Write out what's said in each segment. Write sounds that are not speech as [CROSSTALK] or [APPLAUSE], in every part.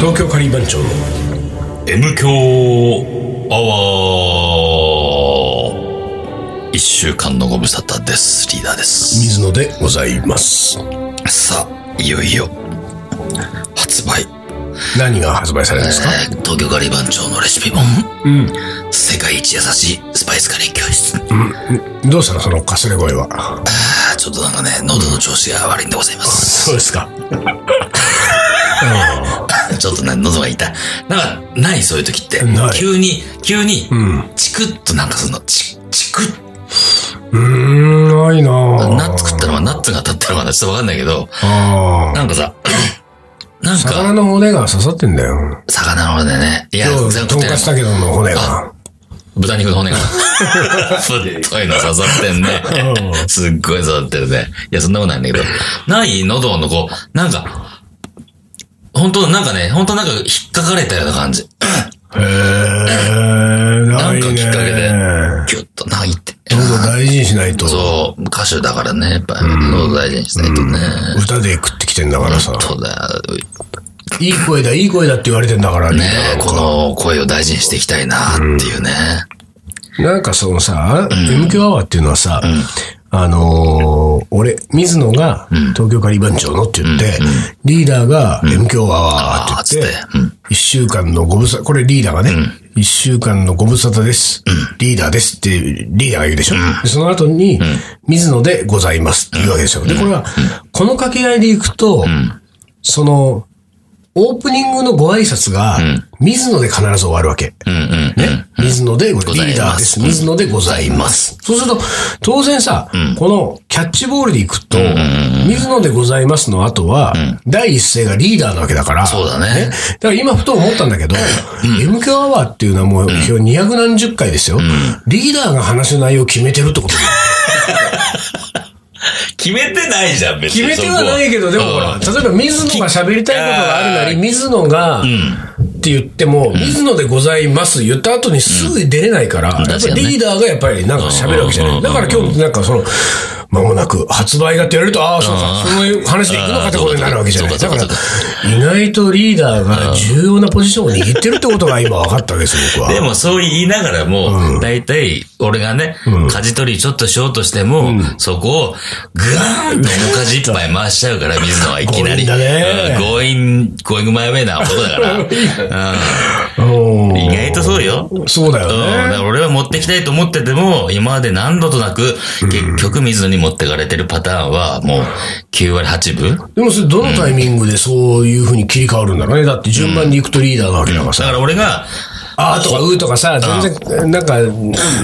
店長の M 強アワー一週間のご無沙汰です。リーダーです。水野でございます。さあ、いよいよ、発売。何が発売されるんですかえー東京ガリバン長のレシピ本。うん。世界一優しいスパイスカレー教室。どうしたのそのかすれ声は。あーちょっとなんかね、喉の調子が悪いんでございます。そうですか。ちょっとね、喉が痛い。なんか、ないそういう時ってな。い急に、急に、 [LAUGHS] うん。チクッとなんかその、チチクッうん、ないなぁ。ナッツ食ったのはナッツが当たったのかなちょっとわかんないけど、ああ。なん [COUGHS] かさ、なん魚か、の骨が刺さってんだよ。魚の骨ね。いや、今全日、然と食んってなかいつ。だけどの骨が。豚肉の骨が。太いの刺さってんね。すっごい刺さってるね。いや、そんなことないんだけど。ない喉のこう、なんか、本当なんかね、本当なんか引っかかれたような感じ。へえ、ななんいかきっかけでね。ぎゅっと、なんかいって。どうぞ大事にしないと。そう、歌手だからね、やっぱ、喉大事にしないとね。歌で食ってきてんだからさ。そうだよ。いい声だ、いい声だって言われてんだから、リーダーなんねかこの声を大事にしていきたいなっていうね。なんかそのさ、MQ アワーっていうのはさ、あのー俺、水野が東京カリバン長のって言って、リーダーが MQ アワーって言っ、あーつって一週間のご無沙汰、これリーダーがね、一週間のご無沙汰です、リーダーですってリーダーが言うでしょ。でその後に、水野でございますって言うわけですよ。で、これは、この掛け合いでいくと、その、オープニングのご挨拶が、水野で必ず終わるわけ。うんうんうん。ね、水野でございます。リございますーダーです。水野でございます。そうすると、当然さ、このキャッチボールでいくと、水野でございますの後は、第一声がリーダーなわけだから、そうだね。だから今ふと思ったんだけど、MQ アワーっていうのはもう今日2何十回ですよ。リーダーが話す内容を決めてるってことだよ決めてないじゃん、別決めてはないけど、でもほら、うん例えば水野が喋りたいことがあるなり、水野が、って言っても、水野でございます言った後にすぐ出れないから、やっぱりリーダーがやっぱりなんか喋るわけじゃない。だから今日なんかその、間もなく発売がって言われると、ああ、そうか、そういう話でいくのかってことになるわけじゃない。あーそだうかかそうらか、意外とリーダーが重要なポジションを握ってるってことが今分かったわけです、僕では。もそう言いながらも、大体、俺がね、舵取りちょっとしようとしても、そこを、ぐーんと面かじいっぱい回しちゃうから、水野はいきな強引り。だね強引、強引前目な男だから。うんうん意外とそうよ。そうだようん、だね。から俺は持ってきたいと思ってても、今まで何度となく、結局水野に持ってかれてるパターンは、もう、9割8分でもそれどのタイミングでそういうふうに切り替わるんだろうね。だって順番に行くとリーダーなわけだからださ。から俺が、あーとかうーとかさ、全然、なんか、う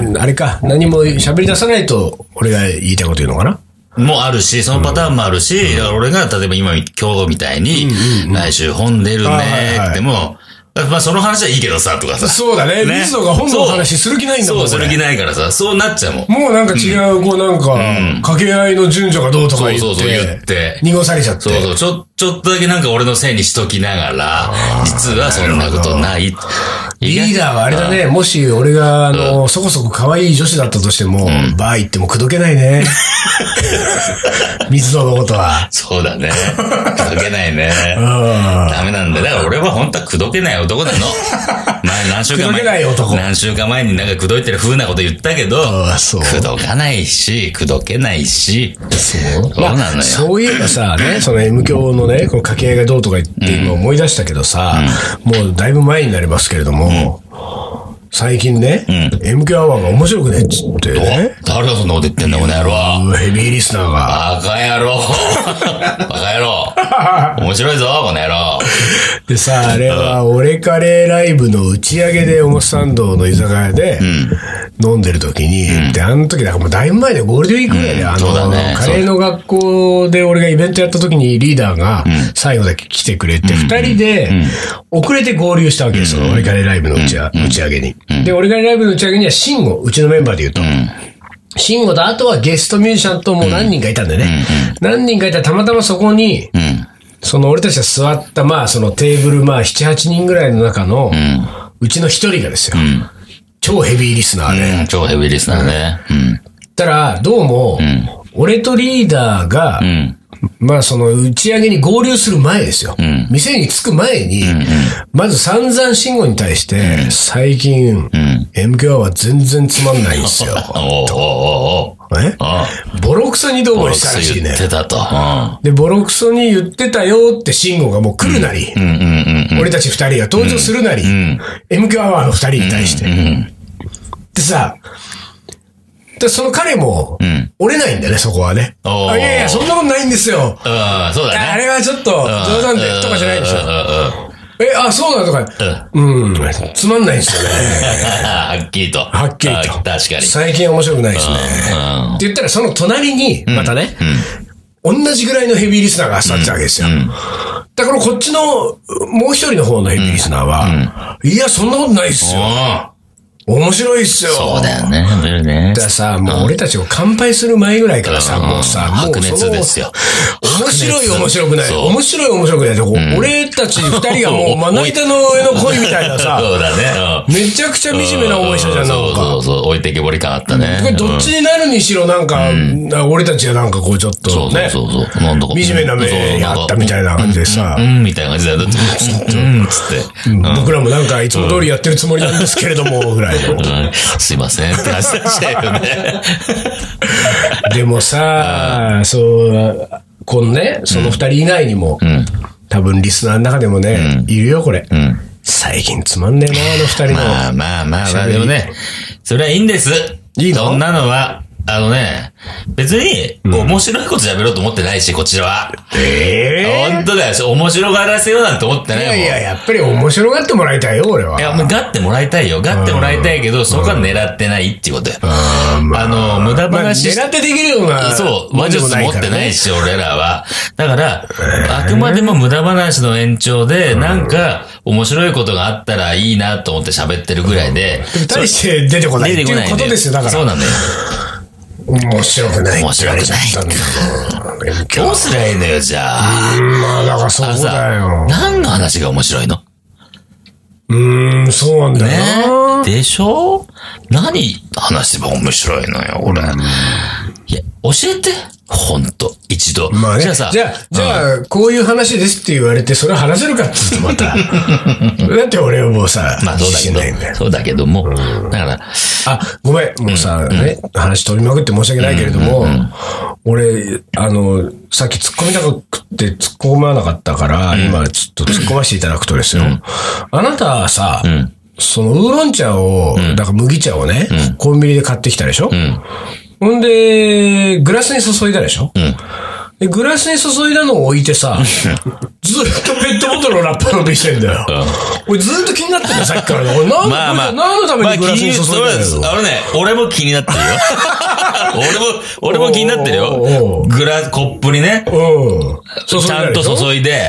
んあれか、何も喋り出さないと、俺が言いたいこと言うのかなもあるし、そのパターンもあるし、だから俺が例えば今、今日みたいに、来週本出るねあはいーはいっても、まあその話はいいけどさ、とかさ。そうだね。水野が本の話する気ないんだもそんう、する俺気ないからさ、そうなっちゃうもん。もうなんか違う、こうなんか、掛け合いの順序がどうとか言そうっそうそう言ってて、濁されちゃって。そうそう、ちょ、ちょっとだけなんか俺のせいにしときながら、実はそんなことない。リーーダーはあれだね、もし俺が、あの、そこそこ可愛い女子だったとしても、バー行っても口説けない [LAUGHS] ね。水野のことは。そうだね。くどけな [LAUGHS] いね。うん。ダメなんだよ。だから俺は本当はくどけない男 [LAUGHS] なの。前何週間前口説けない男何週間前になんかくどいてる風なこと言ったけど、ああそうくどかないし、くどけないし。そうまあなのよ。そういえばさ、ね、その M 教のね、この掛け合いがどうとか言って今思い出したけどさ、もうだいぶ前になりますけれども、最近ね、M 教アワーが面白くねっつってね、誰がそんなこと言ってんだ、この野郎。ヘビーリスナーが、バ [LAUGHS] カ野郎。バカ野郎。面白いぞ、この野郎。でさ、あれは、俺カレーライブの打ち上げで、表参道の居酒屋で、飲んでる時に、で、あの時、だからもうだいぶ前でゴールデンウィークぐらいで、あそうだの、ねカレーの学校で俺がイベントやった時にリーダーが、最後だけ来てくれて、二人で、遅れて合流したわけですよ、俺カレーライブの打ちあ打ち上げに。で、俺カレーライブの打ち上げには、シンゴ、うちのメンバーで言うと、シンゴと、あとはゲストミュージシャンともう何人かいたんだよね。何人かいたら、たまたまそこに、うん。その俺たちが座った、まあ、そのテーブル、まあ、7、8人ぐらいの中の、うちの一人がですよ、超ヘビーリスナーで。うん、超ヘビーリスナーね。うん。たら、どうも、俺とリーダーが、うん。まあその打ち上げに合流する前ですよ。ん店に着く前に、まず散々慎吾に対して、最近、MQ は全然つまんないんです [LAUGHS] よ。おうおうおうおうえあボロクソにどうもあ、したらそうしい言ねっ。てたと。で、ボロクソに言ってたよって慎吾がもう来るなり、うんうんうん俺たち二人が登場するなり、MQ アワーの二人に対して。でさ、でその彼もん、折れないんだよね、そこはね。おーあいやいや、そんなことないんですよ。うん。うん、そうだね。あれはちょっとうん冗談でとかじゃないでしょうん。うんうんうんえ、あ、そうなのとか。うん、つまんないんですよね。はっきりと。はっきりと。あ確かに。最近面白くないですね。うんって言ったら、その隣に、またね、同じぐらいのヘビーリスナーが座ってたわけですよ。だからこっちの、もう一人の方のヘビーリスナーは、いや、そんなことないっすよ。面白いっすよ。そうだよね。そうだよねだからさ、もう俺たちを乾杯する前ぐらいからさ、うんもうさ、うもんう白熱ですよその面白い白熱面白くない。そう面白い面白くないとこ。俺たち二人が [LAUGHS] もうまな板の上の恋みたいなさ、そうだね。うんめちゃくちゃ惨めな思いしたじゃん、なうんんか。そうそうそう、置いてけぼり感あったね。これどっちになるにしろなんか、な俺たちがなんかこうちょっそとうそねう、そうそう。なんだか惨めな目にあったみたいな感じでさう、ん、みたいな感じだよ。だって、うん、つって。うん僕らもなんかいつも通りやってるつもりなんですけれども、ぐらいの。すいませんって話したよね。でもさ、そう、このね、その二人以外にも、多分リスナーの中でもね、いるよ、これ。最近つまんねえな、あの二人まの。あまあまあまあ、でもね、それはいいんです。いいのそんなのは、あのね、別に、面白いことやめろと思ってないし、こちらは。え本当だよ。面白がらせようなんて思ってえいないもやん。いや、やっぱり面白がってもらいたいよ、俺は。いや、もうガってもらいたいよ。ガってもらいたいけど、そこは狙ってないっていうことよ。あの、無駄まあ、狙話しってできるような。そう、話術持ってないし。し、俺らは。だから、あくまでも無駄話の延長で、なんか、面白いことがあったらいいなと思って喋ってるぐらいで。大して出てこないって出てこないいんうことですよ、だからそう。なんだよ。面白くない。面白くないない。どうすりゃいいのよ、じゃあ。まあ、だからそあのこださよ、。何の話が面白いのうーん、そうなんだよねな。でしょ何話せば面白いのよ、俺。いや、教えて。ほんと、一度。まあね。じじゃゃああさ、じゃあ、こういう話ですって言われて、それ話せるかって言ってま [LAUGHS] た。だって俺はもうさ、まあそうだ自け信ないんだど、よ。そうだけども、だから、あ、ごめん。もうさ、ね、話飛びまくって申し訳ないけれども、俺、あの、さっき突っ込みたくって突っ込まなかったから、今ちょっと突っ込ませていただくとですよ。あなたはさ、そのウーロン茶を、だから麦茶をね、コンビニで買ってきたでしょ、ほんで、グラスに注いだでしょ、でグラスに注いだのを置いてさ、ずっとペットボトルのラッパ飲んできてんだよ。俺ずっと気になってんだよ、さっきから。俺なんでまあまあ。何のためにグラスに注いだのまあ気にそよれはあのね、俺も気になってる [LAUGHS] よ。俺も、俺も気になってるおうおうおよう。グラ、コップにね、うん。注いちだゃんでとしょ注いで、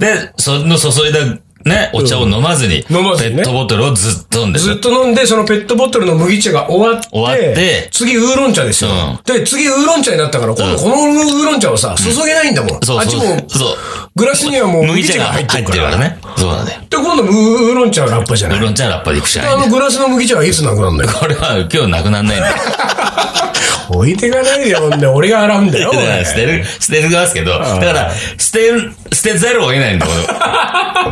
で、その注いだね、お茶を飲まずに、飲まずにねペットボトルをずっと飲んでる。ずっと飲んで、そのペットボトルの麦茶が終わって、終わって次ウーロン茶ですよ、うんで、次ウーロン茶になったから、今度このウーロン茶をさ、注げないんだもん。そうあっちそもう。、そう。グラスにはもう麦麦茶茶がが入入っっててるるか。かららね。そうだね。で、今度ウーロン茶はラッパじゃなウい。ーでロン茶はラッパでいくしかないあねのグラスの麦茶はいつなくなるんだよ。これは今日なくなんないんだよ。置いてかないでよ、ほんで。俺が洗うんだよ、だから俺。捨てる、捨てるますけど、だから、捨てる、捨てざるを得ないんだ、こ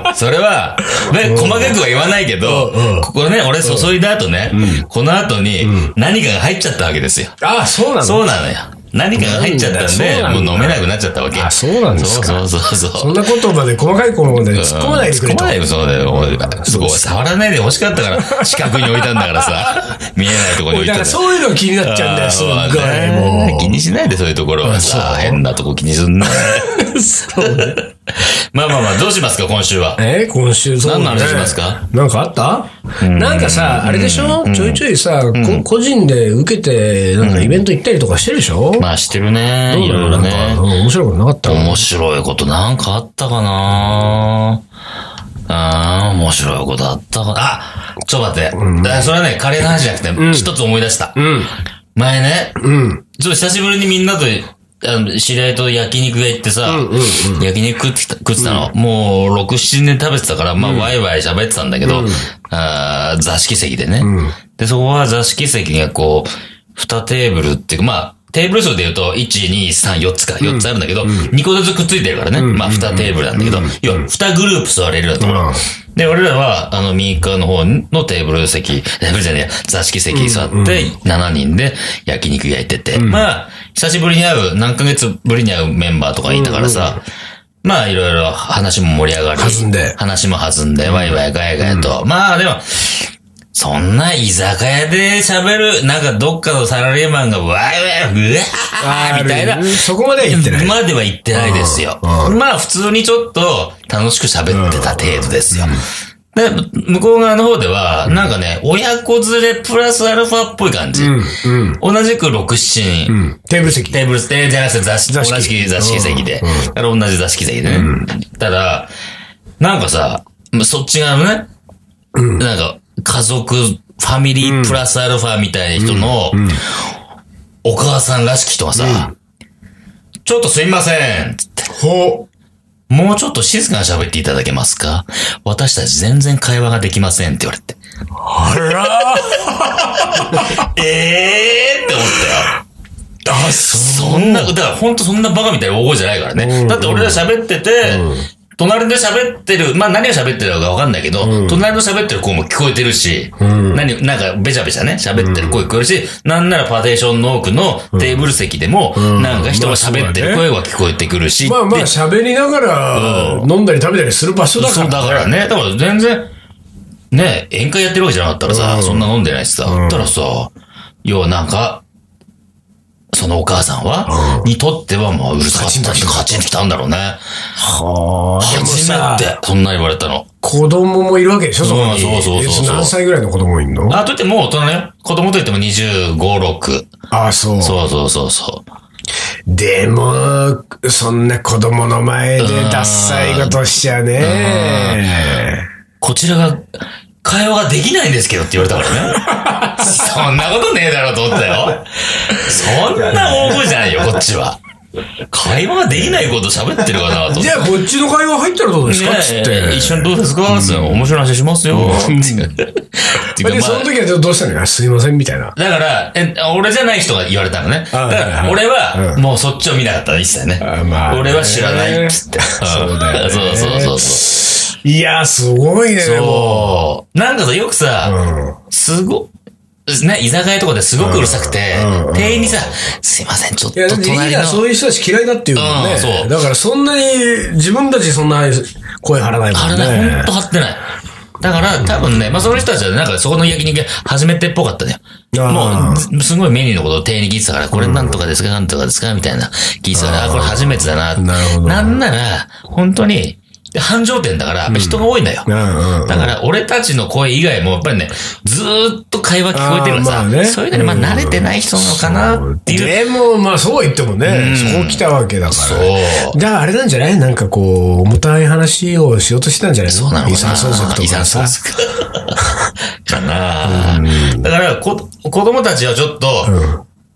[LAUGHS] のそれは、ね、細かくは言わないけどうんうん、ここね、俺注いだ後ね、この後に何かが入っちゃったわけですよ。あ、そうなのそうなのよ。何かが入っちゃったんなんで、だもう飲めなくなっちゃったわけ。あそうなんですかそうそうそうそう。そんなことまで細かいことまで突っ込まないでくれ突っ込とま。ないよ、そうだよ。すごい、触らないで欲しかったから、近くに置いたんだか [LAUGHS] らさ、見えないとこに置いだたんかだらそういうのが気になっちゃうんだよ、すっあーごまあい。ねもう。気にしないで、そういうところはさ、変なとこ気にすん [LAUGHS] な。まあまあまあ、どうしますか、今週は。え今週、そうね何の話しますかなんかあったなんかさ、あれでしょちょいちょいさ、こ個人で受けて、なんかイベント行ったりとかしてるでしょまあ、してるね。どういなろのいろなんねか。うん面白いことなかった面白いことなんかあったかなあー面白いことあったかなあちょっと待って。あそれはね、カレーの話じゃなくて、一つ思い出した。前ね、ちょっと久しぶりにみんなと、あの知り合いと焼肉屋行ってさ、焼肉食ってた食ってたの。もう、6、7年食べてたから、まあ、ワイワイ喋ってたんだけど、あー座敷席でね。で、そこは座敷席がこう、二テーブルっていうか、まあ、テーブル数で言うと、1、2、3、4つか、4つあるんだけど、2個ずつくっついてるからね。まあ、2テーブルなんだけど、要は2グループ座れるだと。うんで、俺らは、あの、右側の方のテーブル席、テーブルじゃねえや、座敷席座って、7人で焼肉焼いてて、まあ、久しぶりに会う、何ヶ月ぶりに会うメンバーとかいたからさ、まあ、いろいろ話も盛り上がり、弾んで話も弾んで、ワイワイガヤガヤと。まあ、でも、そんな居酒屋で喋る、なんかどっかのサラリーマンがわーわー、うわーみたいな。そこまでは言ってない。までは言ってないですよ。うんまあ普通にちょっと楽しく喋ってた程度ですよ。で、向こう側の方では、なんかね、親子連れプラスアルファっぽい感じ。うん、うん。同じく6、7人。うん。テーブル席。テーブルステーじゃなくて座敷、同座敷じ座敷席で。だから同じ座敷席でね。ただ、なんかさ、まあそっち側のね、なんか、家族、ファミリープラスアルファみたいな人の、お母さんらしき人がさ、ちょっとすいませんつってほもうちょっと静かに喋っていただけますか私たち全然会話ができませんって言われて。あらええーって思ったよ。あ、そそんな、だから本当そんなバカみたいな大声じゃないからね。だって俺ら喋ってて、隣で喋ってる、まあ何を喋ってるかわかんないけど、隣の喋ってる声も聞こえてるし、何、なんかべちゃべちゃね、喋ってる声聞こえるし、なんならパーテーションの奥のテーブル席でも、なんか人が喋ってる声は聞こえてくるし、まあまあ、で喋りながら、飲んだり食べたりする場所だかそうら。だからね、だから全然、ね、宴会やってるわけじゃなかったらさ、そんな飲んでないしさ、たらさ、要はなんか、そのお母さんは、にとってはもううるさかったし、カチンときたんだろうね。はあ。でも初さめ、て、そんな言われたの。子供もいるわけでしょ、そこに。うんそうそうそうそうえ何歳ぐらいの子供いるのあ、といってもう大人ね。子供といっても25、6。ああ、そう。そうそうそうそう。でも、そんな子供の前でダッサいことしちゃね。こちらが、会話ができないんですけどって言われたから [LAUGHS] ね。そんなことねえだろうと思ったよ。そんな大声じゃないよ、こっちは。会話ができないこと喋ってるかなと思ってじ。ゃあ、こっちの会話入ったらどうですかつっねえて。一緒にどうですか、つって面白い話しますよ。っていうかで、まあその時はちょっとどうしたのよすいません、みたいな。だから、え、俺じゃない人が言われたのね。だあから、はい俺はは、もうそっちを見なかったの、一切ね。あまあね俺は知らないっつって。そうだよ、そうそうそうそう。いや、すごいね、でも。そう。なんかさ、よくさ、うんすご、ね、居酒屋とかですごくうるさくてうんうん、店員にさ、すいません、ちょっいとや、だってリー隣ダーの。そういう人たち嫌いだって言うもんうね。んそうだからそんなに、自分たちそんな声張らないもあれんね、ほねんと。張ってない。だから、多分ね、まあ、その人たちは、なんか、そこの焼肉屋初めてっぽかったね。もあーう、すすごいメニューのことを店員に聞いてたから、これなんとかですか、なんとかですか、みたいな。聞いてたから、あこれ初めてだな。なるほどなんなら、本当に、で繁盛店だから、やっぱ人が多いんだよ。うんうんだから、俺たちの声以外も、やっぱりね、ずーっと会話聞こえてるからさ、あーまあねそういうのに、まあ、慣れてない人なのかなっていう。でも、まあそうは言ってもね、そこ来たわけだから。そうだからあれなんじゃないなんかこう、重たい話をしようとしてたんじゃないそうなのかな遺産相続と遺か産さ [LAUGHS] 相。続かな、だからこ、子供たちはちょっと、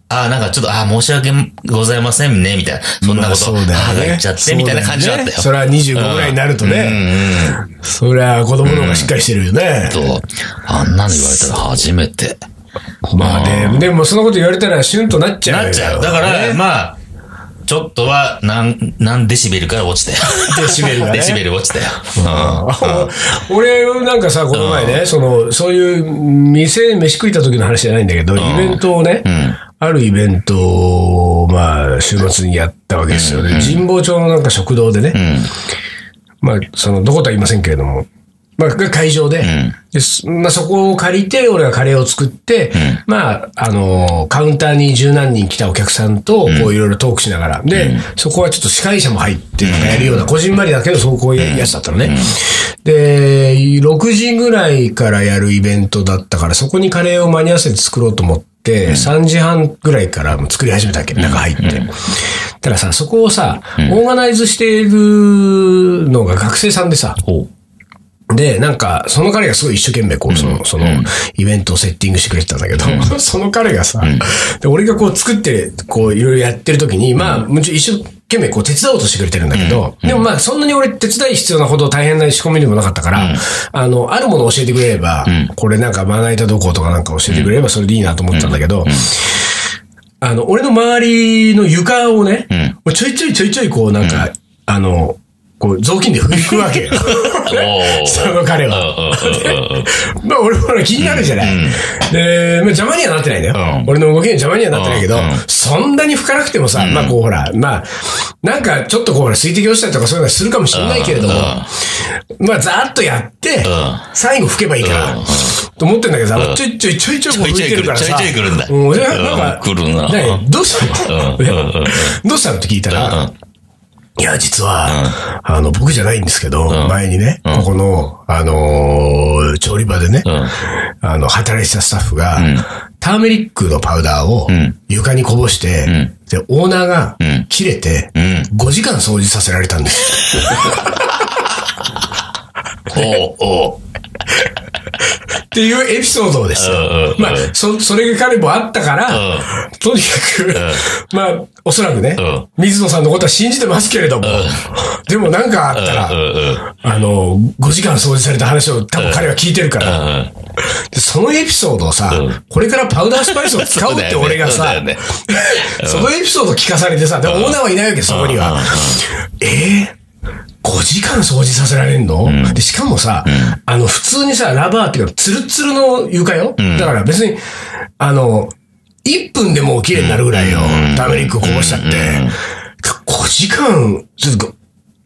ああ、なんかちょっと、ああ、申し訳ございませんね、みたいな。そんなまあこと、そうだよね母が言っちゃって、みたいな感じだったよ。そうだよねそれは25ぐらいになるとね、うんそりゃ子供の方がしっかりしてるよね。うん。そう。あんなの言われたら初めて。まあね、でもそんなこと言われたらシュンとなっちゃうよ。なっちゃう。だから、ねまあ、ちょっとは、何、何デシベルから落ちたよ。デシベルがねデシベル落ちたよ。 [LAUGHS] 俺なんかさ、この前ね、その、そういう店、飯食いた時の話じゃないんだけど、イベントをね、あるイベントを、まあ、週末にやったわけですよね。神保町のなんか食堂でね、まあ、その、どことは言いませんけれども、まあ、が会場で、でそまあ、そこを借りて、俺がカレーを作って、まあ、あの、カウンターに十何人来たお客さんと、こう、いろいろトークしながら、で、そこはちょっと司会者も入って、なんかやるような、こじんまりだけど、そうこういうやつだったのね。で、6時ぐらいからやるイベントだったから、そこにカレーを間に合わせて作ろうと思って、で、3時半ぐらいからもう作り始めたわけ、中入って。たださ、そこをさ、オーガナイズしているのが学生さんでさ、で、なんか、その彼がすごい一生懸命こう、その、その、イベントをセッティングしてくれてたんだけど、その彼がさ、で俺がこう作って、こう、いろいろやってる時に、まあ、もちろん一生懸命こう手伝おうとしてくれてるんだけど、でもまあ、そんなに俺手伝い必要なほど大変な仕込みでもなかったから、あの、あるものを教えてくれれば、これなんかまな板どうこうとかなんか教えてくれればそれでいいなと思ってたんだけど、あの、俺の周りの床をね、うんもうちょいちょいちょいちょいこうなんか、あの、こう雑巾で拭くわ [LAUGHS] けよ。おー。その彼は。うんうんうんうんまあ俺もほら気になるじゃない。うんうんで、まあ邪魔にはなってないんだよ。うん俺の動きの邪魔にはなってないけど、うんうんそんなに拭かなくてもさ、まあこうほら、まあ、なんかちょっとこうほら水滴落ちたりとかそういうのはするかもしれないけれども、まあざーっとやって、ん最後拭けばいいから、うんうんと思ってんだけどさ、ちょいちょいちょいちょいこうちょいち拭いてるょい来かる、らちょいさ。ちょい来るんだ。うん、俺はなんか、来るな。何どうしたの、うんうんうんどうしたのって聞いたら、うんいや、実は、あの、僕じゃないんですけど、ん前にね、ここの、あのー調理場でね、うんあの、働いてたスタッフが、んターメリックのパウダーをん床にこぼして、んで、オーナーがん切れて、うん5時間掃除させられたんです。おうおうっていうエピソードですようんうんうんまあ、そ、それが彼もあったから、うんとにかく、まあ、おそらくね、うん水野さんのことは信じてますけれども、でもなんかあったら、うんうんあの、5時間掃除された話を多分彼は聞いてるから、うんでそのエピソードをさ、うんこれからパウダースパイスを使うって俺がそうださよ、ねそのエピソード聞かされてさ、でもオーナーはいないわけ、そこにうんうはん。えー5時間掃除させられんの、で、しかもさ、あの、普通にさ、ラバーっていうか、ツルツルの床よ。だから別に、あの、1分でもう綺麗になるぐらいよ。ターメリックこぼしちゃって。5時間、ちょっと、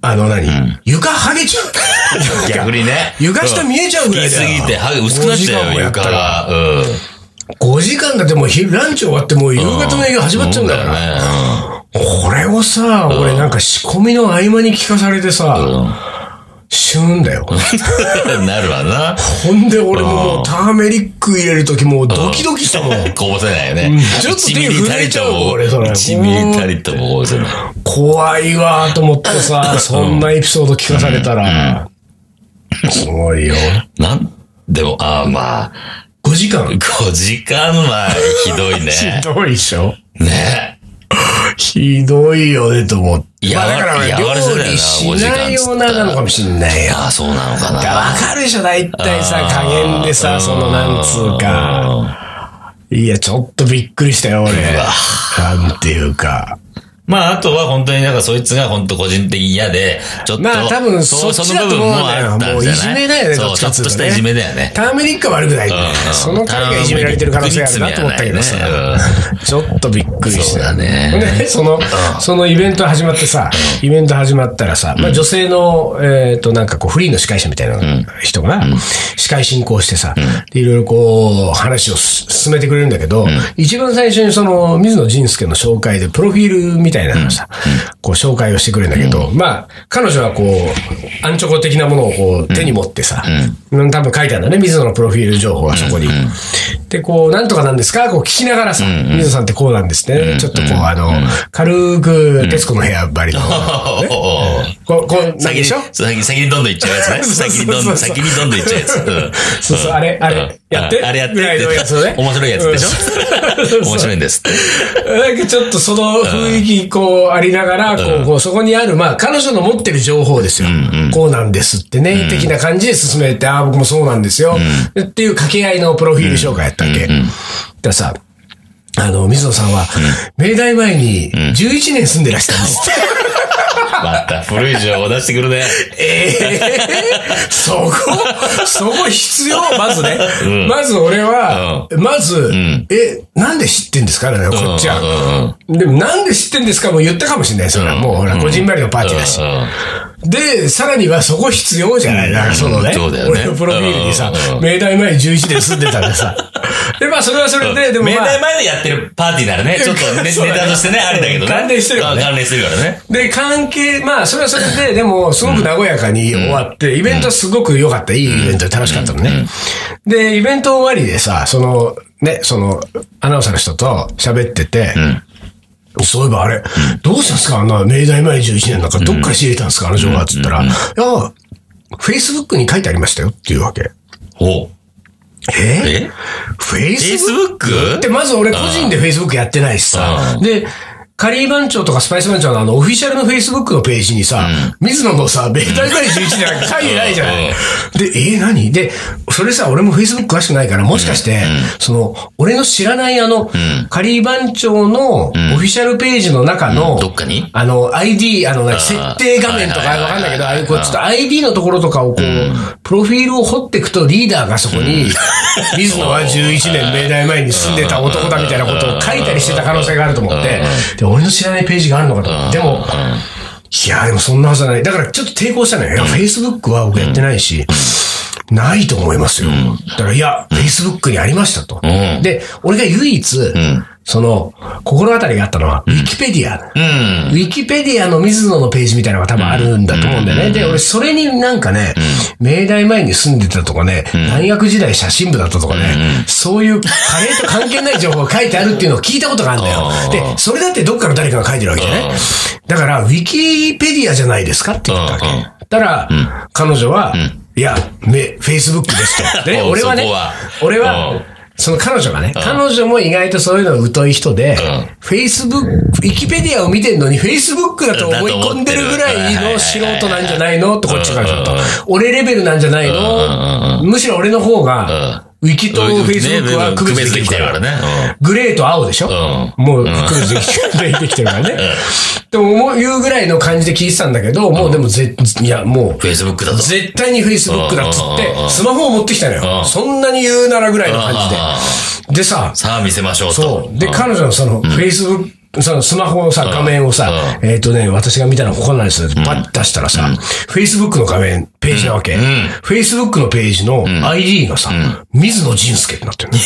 あの何、床剥げちゃう。 [LAUGHS] 逆にね。床下見えちゃうぐらいだようん拭きすぎて、歯が薄くなっちゃうよ、 5時間もやった床らが。うん。 5時間だってもう昼ランチ終わってもう夕方の営業始まっちゃうんだから。ら。これをさ、俺なんか仕込みの合間に聞かされてさ、シューンだよ。そうだよねうん [LAUGHS] なるわな。ほんで俺ももうターメリック入れるときもうドキドキしたもん。こぼせないよね。ちょっと手震えちゃうもん俺それ1ミリたりともこぼせない。怖いわーと思ってさ、そんなエピソード聞かされたら、すごいよ。なん、でも、ああ、まあ、 5時間5時間はひどいひ [LAUGHS] ね。どいでしょね。ひどいよねと思って。いやまあだからやわれそう料だよな理しないようななのかもしんないよ。ああ、そうなのかいやわな。かるでしょ、大体さ、加減であさ、ーそのなんつうか。うんいや、ちょっとびっくりしたよ、俺。わなんていうか。まあ、あとは本当になんかそいつが本当個人的に嫌で、ちょっと。まあ多分そうそっちだと思うんだよその部分もあったんじゃなもういじめだよねそどう、っちちょかっっつうととねしたいじめだよね。ターメリックは悪くない、うんその彼がいじめられてる可能性あるなと思ったけどさターメリックに罪は [LAUGHS] ない。ちょっとびっくりした。そうだねほんで、その、そのイベント始まってさ、イベント始まったらさ、まあ女性の、えっと、なんかこう、フリーの司会者みたいな人が、司会進行してさ、でいろいろこう、話をす進めてくれるんだけど、一番最初にその、水野仁介の紹介で、プロフィールみたいなのをさ、こう、紹介をしてくれるんだけど、まあ、彼女はこう、アンチョコ的なものをこう、手に持ってさ、うん多分書いてあるんだね、水野のプロフィール情報がそこに。で、こう、なんとかなんですかこう聞きながらさ、水野さんってこうなんですね。ちょっとこう、あの、軽く、徹子の部屋ばりの。ねおおおこう、こう、なん先でに、しょ先に、先にどんどんいっちゃうやつね。 [LAUGHS] そう先そうそにうどんそど、うん先にどんどんいっちゃうやつ。ん [LAUGHS] そうそうんあれあれうんやってああれやってぐらいのやつをね面白いやつでしうんょ面白いんですって。なんかちょっとその雰囲気、こう、ありながら、こう、こうそこにある、まあ、彼女の持ってる情報ですよ。こうなんですってね、的な感じで進めて、ああ、僕もそうなんですよ。っていう掛け合いのプロフィール紹介やったわけ。だからさ、あの、水野さんは、明大前に11年住んでらしたんですって。また古い情報出してくるね。ええそこ、そこ必要まずね。まず俺は、まず、え、なんで知ってんですかね、こっちは。は。でもなんで知ってんですかも言ったかもしれない。それはもうほら、こじんまりの [LAUGHS] パーティーだしう。んで、さらにはそこ必要じゃない。だからそのね、そうだよね俺のプロフィールにさうんうん、明大前11年住んでたんでさ。で、まあそれはそれで、でも明まあ大、前でやってるパーティーならね、ちょっとねネそうだねタとしてね、あれだけどね。関連してるからねうん関連してるからね。で、関係、まあ、それはそれ [LAUGHS] で、でも、すごく和やかに終わって、イベントすごく良かった。いいイベントで楽しかったのね。で、イベント終わりでさ、その、ね、その、アナウンサーの人と喋ってて、そういえばあれ、どうしたんですかあの、明大前11年なんかどっから仕入れたんですかあの情報はっつったら、いや、フェイスブックに書いてありましたよっていうわけ。おええフェイスブック ?Facebook? で、まず俺個人で Facebook やってないしさう。で、カリー番長とかスパイス番長のあの、オフィシャルのフェイスブックのページにさ、水野のさ、ベータ11じゃ書いてないじゃない。で、えー、何で、それさ、俺もフェイスブック詳しくないから、もしかして、その、俺の知らないあの、カリー番長のオフィシャルページの中の、どっかにあの、ID、あの、何あー設定画面とかはいはいはいわかんないけど、ああいうこううんちょっと ID のところとかをこう、プロフィールを掘っていくとリーダーがそこに、水野は11年明大前に住んでた男だみたいなことを書いたりしてた可能性があると思って、で、俺の知らないページがあるのかと思って、でも、いや、でもそんなはずはない。だからちょっと抵抗したのよ。いや、Facebook は僕やってないし、ないと思いますよ。だから、いや、Facebook にありましたと。んで、俺が唯一、その、心当たりがあったのは、Wikipedia。うん。ウィキペディアの水野のページみたいなのが多分あるんだと思うんだよね。で、俺それになんかね、明大前に住んでたとかね、大学時代写真部だったとかね、そういうカレーと関係ない情報が書いてあるっていうのを聞いたことがあるんだよあ。ーで、それだってどっかの誰かが書いてるわけじゃないだから、ウィキペディアじゃないですかって言ったわけうんうん。たら、彼女は、いや、め、Facebook ですと。[LAUGHS] でね、おう俺はねそこは、俺おはう、その彼女がね、彼女も意外とそういうの疎い人で、フェイスブック、ウィキペディアを見てるのに、フェイスブックだと思い込んでるぐらいの素人なんじゃないのとこっちからちょっとうんうんうん。俺レベルなんじゃないのむしろ俺の方が、ウィキとフェイスブックは区別できてるからねね。。グレーと青でしょうもう区別できてるからね。 [LAUGHS] でも、いうぐらいの感じで聞いてたんだけど、もうでもぜ、いや、もう、フェイスブックだと。絶対に Facebook だっつっうんうんうんうて、んスマホを持ってきたのうよ。んそんなに言うならぐらいの感じで。でさ、さあ見せましょうと。そう。で、彼女のその、Facebook、そのスマホのさ、画面をさ、えっとね、私が見たのはここなんですよ。バッ出したらさ、Facebook の画面、ページなわけ。Facebook のページの ID がさ、水野仁介ってなってるの。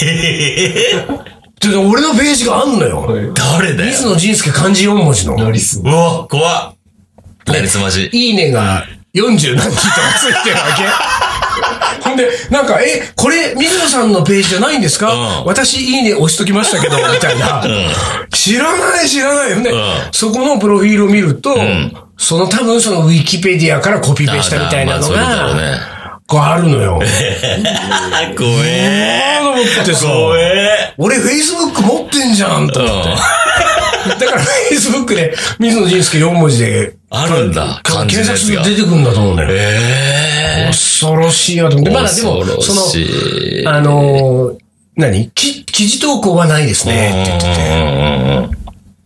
[LAUGHS] でで俺のページがあんのよ。誰だよ水野仁介漢字4文字の。うわ、怖っ。なりすまし。いいねが40何人とかついてるわけ。 [LAUGHS] ほんで、なんか、え、これ、水野さんのページじゃないんですか、うん私、いいね押しときました [LAUGHS] けど、みたいな。知らない、知らない。ほんで、んそこのプロフィールを見ると、その多分そのウィキペディアからコピペしたみたいなのあーまあそういうことだろうねが、こうあるのよ。あ、怖え。ああ、と思ってさ、怖え。俺、Facebook 持ってんじゃん、とう思って。ん。だから、Facebook で、水野仁介4文字で、あるんだ。感じ検のや索すつるがと。出てくるんだと思うんだよ。ええ。恐ろしいなと思って。まだでも、恐ろそしいの、あのー、何き記事投稿はないですねって言ってて。うんうんうんうん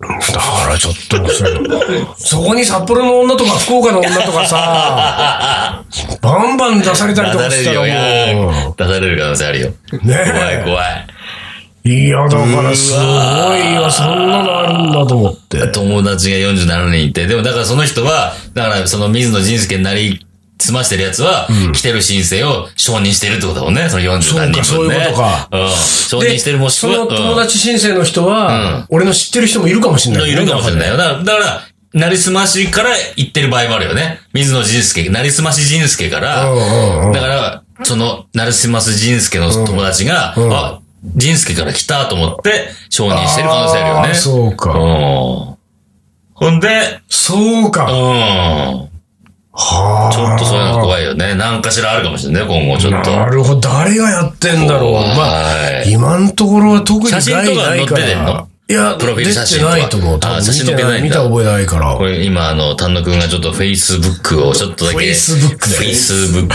だからちょっとそれ、 [LAUGHS] そこに札幌の女とか福岡の女とか [LAUGHS] さ、バンバン出されたり出とさかれしるたよ、いらもや出される可能性あるよ。う、ね怖いえ。怖い。いや、だからすごいよ、そんなのあるんだと思って。 [LAUGHS] 友達が47人いて、でもだからその人は、だからその水野仁介になり、すましてるやつは、来てる申請を承認してるってことだもんね、その47人分ね。そうかそういうことかうん。承認してるもしくでは、その友達申請の人は、俺の知ってる人もいるかもしれうなんいいよね。るかもしれないよ。だから、だから、なりすましから言ってる場合もあるよね。水野仁介、なりすまし仁介から、うんうんうんだから、その、なりすまし仁介の友達が、あ、仁介から来たと思って、承認してる可能性あるよあーね。そうか。うん。ほんで、そううか。ん。はあ。ちょっとそういうの怖いよね。何かしらあるかもしれないね、今後ちょっと。なるほど。誰がやってんだろう。まあ、はい今のところは特に写真とかない載っててんないのいや、プロフィール写真出とてかないと思う。多あ分写真載ってないんだ見た覚えないから。これ今、あの、丹野くんがちょっと Facebook をちょっとだけ。 Facebook ね [LAUGHS] Facebook を。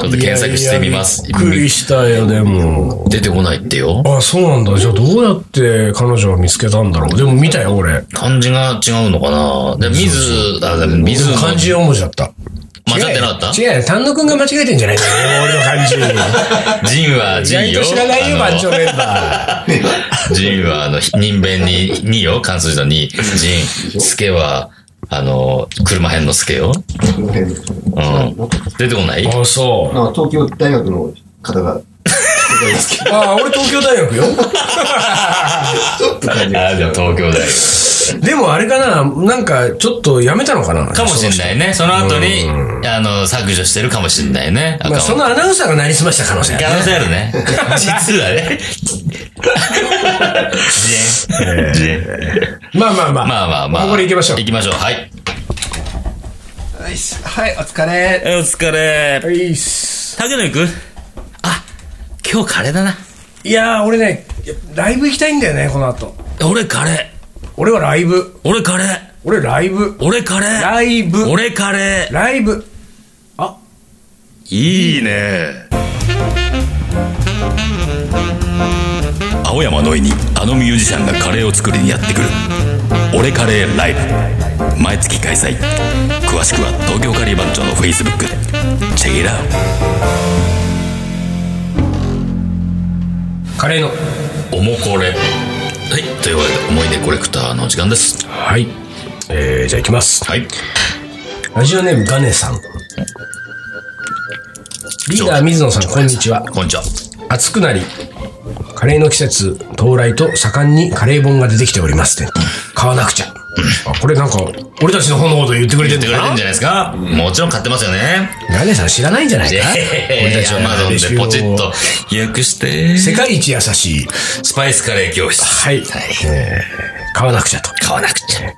ちょっと検索してみますい。やびっくりしたよ、でも。出てこないってよ。あ、そうなんだ。じゃあどうやって彼女は見つけたんだろう。でも見たよ、俺。漢字が違うのかなで、水、あ、でも水の漢字4文字だった。間違ってなかった違うよ、丹野くんが間違えてんじゃないんだ [LAUGHS] よ、俺の漢人は字。人意外よ。と知らないよ、あの番長メンバー。人は、あの、ひ人弁に、によ、関数字のに、人。すけは、あの、車編のすけよ。うん。出てこない [LAUGHS] あ、そう。あ東京大学の方が、ああ、俺東京大学よ。あ、じゃあ東京大学。でもあれかな、なんかちょっとやめたのかな。かもしんないね。その後に、あの、削除してるかもしんないね。まあ、アカそウントのアナウンサーがなりすました可能性ある可能性あ [LAUGHS] るね。実はね。自演。自演。まあまあまあ。まあまあまあ。ここで行きましょう行きましょう。はい。はい、お疲れ。お疲いれ。いっす。竹野行くあ、今日カレーだな。いやー、俺ね、ライブ行きたいんだよね、この後。俺カレー。俺はライブ。俺カレー。俺ライブ。俺カレー。ライブ。俺カレー。ライブ。あ、いいね。青山のいにあのミュージシャンがカレーを作りにやってくる「俺カレーライブ」毎月開催詳しくは東京カリー番長のフェイスブックでチェックイラーカレーの。おもこれはいというわけで思い出コレクターの時間ですはい。えー、じゃあ行きます。はいラジオネームガネさん。リーダー水野さん、こんにちは。こんにちは暑くなり、カレーの季節到来と盛んにカレー本が出てきておりますね。買わなくちゃ。あこれなんか、俺たちの方のこと言ってくれて言んってだくれてなんじゃないですかもちろん買ってますよねガネさん知らないんじゃないか俺たちはマゾンでポチッと。予約して世界一優しい。スパイスカレー教室はい。えー買わなくちゃと。買わなくちゃ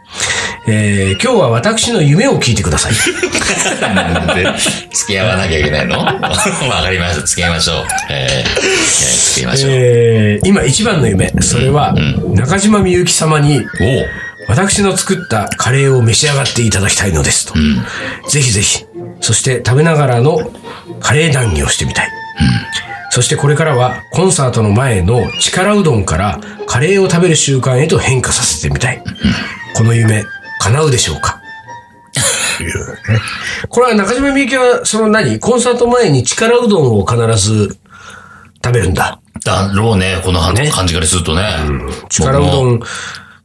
えー今日は私の夢を聞いてくだ [LAUGHS] さい。なんで、付き合わなきゃいけないの [LAUGHS] わかりました。付き合いましょう。えー、付き合いましょう。えー今一番の夢、それは、中島みゆき様に、おう私の作ったカレーを召し上がっていただきたいのですと。ぜひぜひ。そして食べながらのカレー談義をしてみたい。そしてこれからはコンサートの前の力うどんからカレーを食べる習慣へと変化させてみたい。この夢、叶うでしょうかというねこれは中島みゆきは、その何コンサート前に力うどんを必ず食べるんだ。だろうね、この感ね感じからするとね。力う僕もどん、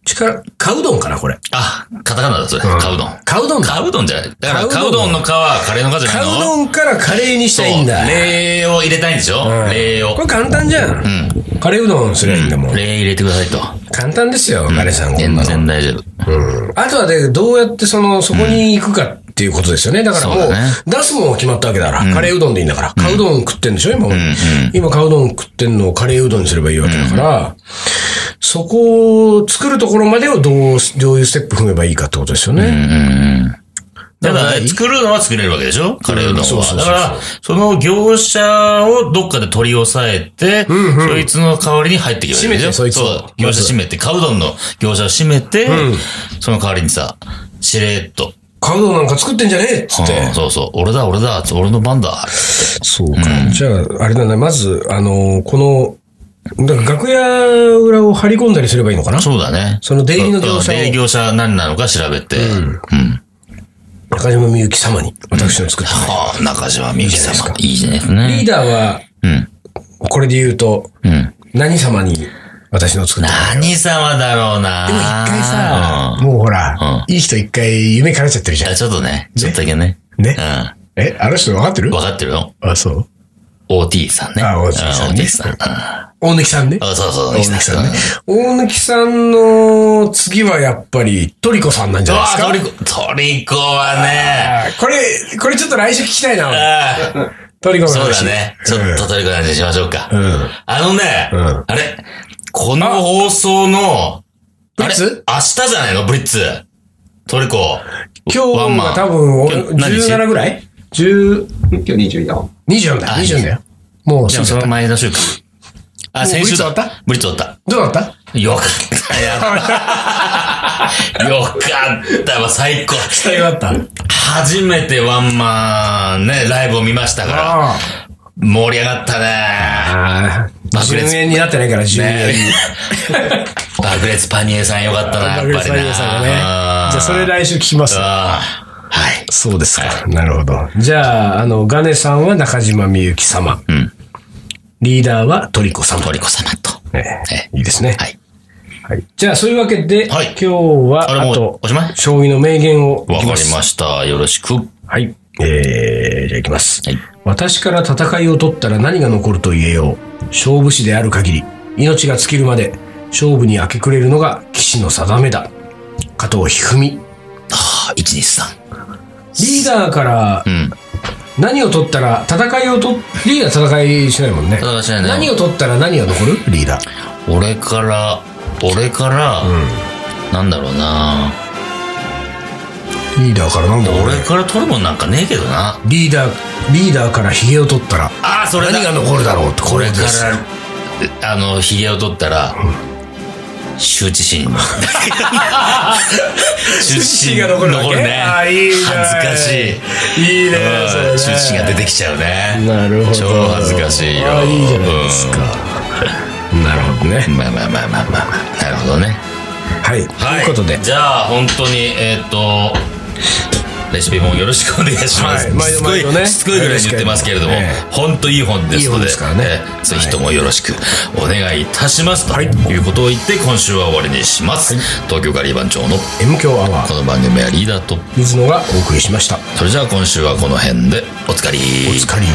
力、カうどんかなこれ。あ、カタカナだ、それ。カウドン。カうどんだ。カウドンじゃない。だかカら、ウカドンウドンのカはカレーのカじゃないカのうどんからカレーにしたいんだ。そう礼を入れたいんでしょうん礼をこ。れ簡単じゃん。カレーうどんすりゃいいんだもん。礼入れてくださいと。簡単ですよ、カレーさん、こん全なの。然大丈夫。あとはで、どうやってその、そこに行くかっていうことですよね。だからもそううだね、出すもんは決まったわけだから、カレーうどんでいいんだから。カうどん食ってんでしょ、今も。今、カうどん食ってんのをカレーうどんにすればいいわけだから、そこを作るところまでをどう、どういうステップ踏めばいいかってことですよね。ただ、作るのは作れるわけでしょカレーうどんうんそうそうそは。うだから、その業者をどっかで取り押さえて、そいつの代わりに入ってきてるわけでし閉ょめてそいつをう。業者閉めて、カうどんの業者を閉めて、その代わりにさ、しれーっと。カうどんなんか作ってんじゃねえっつって。うんそうそう。俺だ、俺だ、俺の番だ。そうか。じゃあ、あれなんだ、まず、あのーこの、だから楽屋裏を張り込んだりすればいいのかなそうだね。その出入りの業者をうん出入り業者何なのか調べて。うん。中島みゆき様に、私の作った。はあ、中島みゆき様。いいじゃないですリーね。ダーは、うん。これで言うと、うん。何様に私の作った。何様だろうな。でも一回さ、もうほら、いい人一回夢叶っちゃってるじうん、ゃあちょっとね、ちょっとだけね。ん。ねう。ん。え、あの人分かってるわかってるよ。あ、そう。 OT さんね。あ OT さんねうん OT さん。うん大貫さんね。あ、そうそう、大貫さんねう。大貫さんの次はやっぱりトリコさんなんじゃうないわで、すかトリコ、トリコはね、あこれ、これちょっと来週聞きたいな、あートリコの話。そうだね。ちょっとトリコの話しましょうか。んあのね、うんあれ、この放送の、ブリッあれツ明日じゃないのブリッツ。トリコ。今日ワンマはン多分、お今日何日17ぐらい ?10、今日24。 24だ、あ24だよ。もうじ過ゃぎあちそゃっのた、前の週か。あ、もう先週ブリッツ終だ。わったブリッツ終わった。どうだったよかった、やっぱ。 [LAUGHS] よかったわ、最高。最後だった。初めてワンマンね、ライブを見ましたから、あ盛り上がったね。あ。爆10裂円になってないから、10円。ね爆裂パニエさんよかったな、やっぱ爆りな。裂採用さんがね。じゃあ、それ来週聞きます。あーはい。そうですか。なるほど。じゃあ、あの、ガネさんは中島みゆき様。んリーダーはトリコ様。トリコ様と。ねえいいですね。はい。はいじゃあ、そういうわけで、はい今日は、あれもあうとおしまい、将棋の名言をいわかきります。ました。よろしく。ははい。えー、じゃあいきます。い。私から戦いを取ったら何が残ると言えよう。勝負師である限り、命が尽きるまで、勝負に明け暮れるのが騎士の定めだ。加藤一二あー、123。三。リーダーからうん。何を取ったら、戦いを取っ、リーダー戦いしないもんね。戦いしないね何を取ったら何が残るリーダー。俺から、俺から、なんだろうな。リーダーからなんだろう俺ね。から取るもんなんかねえけどな。リーダー、リーダーから髭を取ったら、ああ、それだ何が残るだろうってこれかですら、あの、髭を取ったら、羞恥 [LAUGHS] 心。羞恥心が残るわけ残るね。あーいいね恥ずかしい。いいねうんそれね羞恥心が出てきちゃうね。なるほど超恥ずかしいよ。あーいいじゃないですかなるほどねうん。まあまあまあまあまあまあ。なるほどね。はい、ということでじゃあ、本当に、えーっと、レシピ本よろしくお願いします。はい毎度毎度ねしつこいしつこいぐらいに言ってますけれどもえ、本当いい本でいすのい本で、ですからねえーぜひともよろしくお願いいたします。はいということを言って、今週は終わりにします。東京カリー番長の M 強アワこーの番組はリーダーと、水野がお送りしましたそれじゃあ今週はこの辺で、おつかり。お疲れ